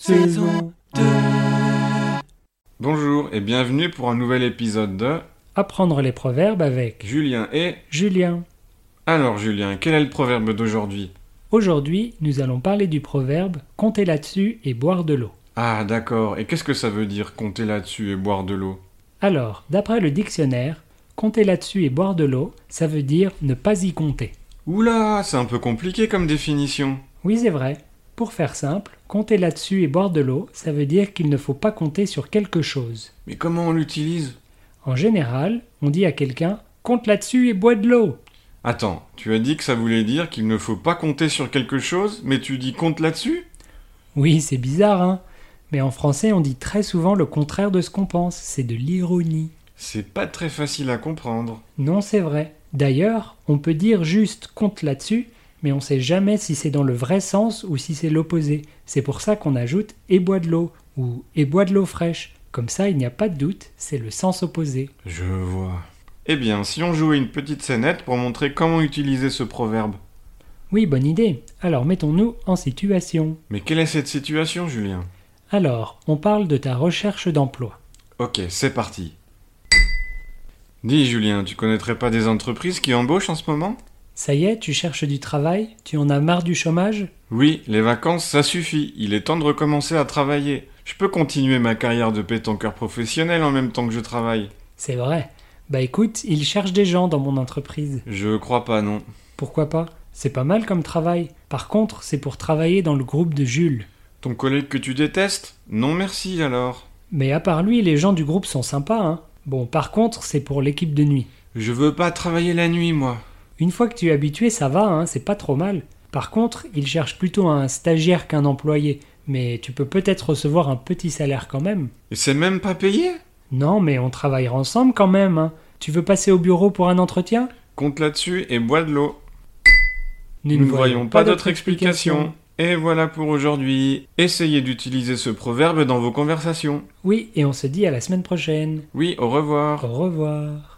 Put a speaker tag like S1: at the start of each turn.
S1: saison 2.
S2: Bonjour et bienvenue pour un nouvel épisode de
S1: Apprendre les proverbes avec
S2: Julien et...
S1: Julien.
S2: Alors Julien, quel est le proverbe d'aujourd'hui
S1: Aujourd'hui, nous allons parler du proverbe compter là-dessus et boire de l'eau.
S2: Ah d'accord, et qu'est-ce que ça veut dire compter là-dessus et boire de l'eau
S1: Alors, d'après le dictionnaire, compter là-dessus et boire de l'eau, ça veut dire ne pas y compter.
S2: Oula, c'est un peu compliqué comme définition.
S1: Oui, c'est vrai. Pour faire simple, compter là-dessus et boire de l'eau, ça veut dire qu'il ne faut pas compter sur quelque chose.
S2: Mais comment on l'utilise
S1: En général, on dit à quelqu'un compte là-dessus et bois de l'eau.
S2: Attends, tu as dit que ça voulait dire qu'il ne faut pas compter sur quelque chose, mais tu dis compte là-dessus
S1: Oui, c'est bizarre, hein Mais en français, on dit très souvent le contraire de ce qu'on pense, c'est de l'ironie.
S2: C'est pas très facile à comprendre.
S1: Non, c'est vrai. D'ailleurs, on peut dire juste compte là-dessus, mais on sait jamais si c'est dans le vrai sens ou si c'est l'opposé. C'est pour ça qu'on ajoute et bois de l'eau ou et bois de l'eau fraîche. Comme ça, il n'y a pas de doute, c'est le sens opposé.
S2: Je vois. Eh bien, si on jouait une petite scénette pour montrer comment utiliser ce proverbe.
S1: Oui, bonne idée. Alors mettons-nous en situation.
S2: Mais quelle est cette situation, Julien
S1: Alors, on parle de ta recherche d'emploi.
S2: Ok, c'est parti. Dis Julien, tu connaîtrais pas des entreprises qui embauchent en ce moment
S1: Ça y est, tu cherches du travail Tu en as marre du chômage
S2: Oui, les vacances, ça suffit. Il est temps de recommencer à travailler. Je peux continuer ma carrière de pétanqueur professionnel en même temps que je travaille.
S1: C'est vrai. Bah écoute, ils cherchent des gens dans mon entreprise.
S2: Je crois pas, non.
S1: Pourquoi pas C'est pas mal comme travail. Par contre, c'est pour travailler dans le groupe de Jules.
S2: Ton collègue que tu détestes Non merci alors.
S1: Mais à part lui, les gens du groupe sont sympas, hein. Bon, par contre, c'est pour l'équipe de nuit.
S2: Je veux pas travailler la nuit, moi.
S1: Une fois que tu es habitué, ça va, hein, c'est pas trop mal. Par contre, ils cherchent plutôt un stagiaire qu'un employé, mais tu peux peut-être recevoir un petit salaire quand même.
S2: Et c'est même pas payé
S1: Non, mais on travaillera ensemble quand même, hein. Tu veux passer au bureau pour un entretien
S2: Compte là-dessus et bois de l'eau. Nous ne voyons pas d'autre explication. Et voilà pour aujourd'hui. Essayez d'utiliser ce proverbe dans vos conversations.
S1: Oui, et on se dit à la semaine prochaine.
S2: Oui, au revoir.
S1: Au revoir.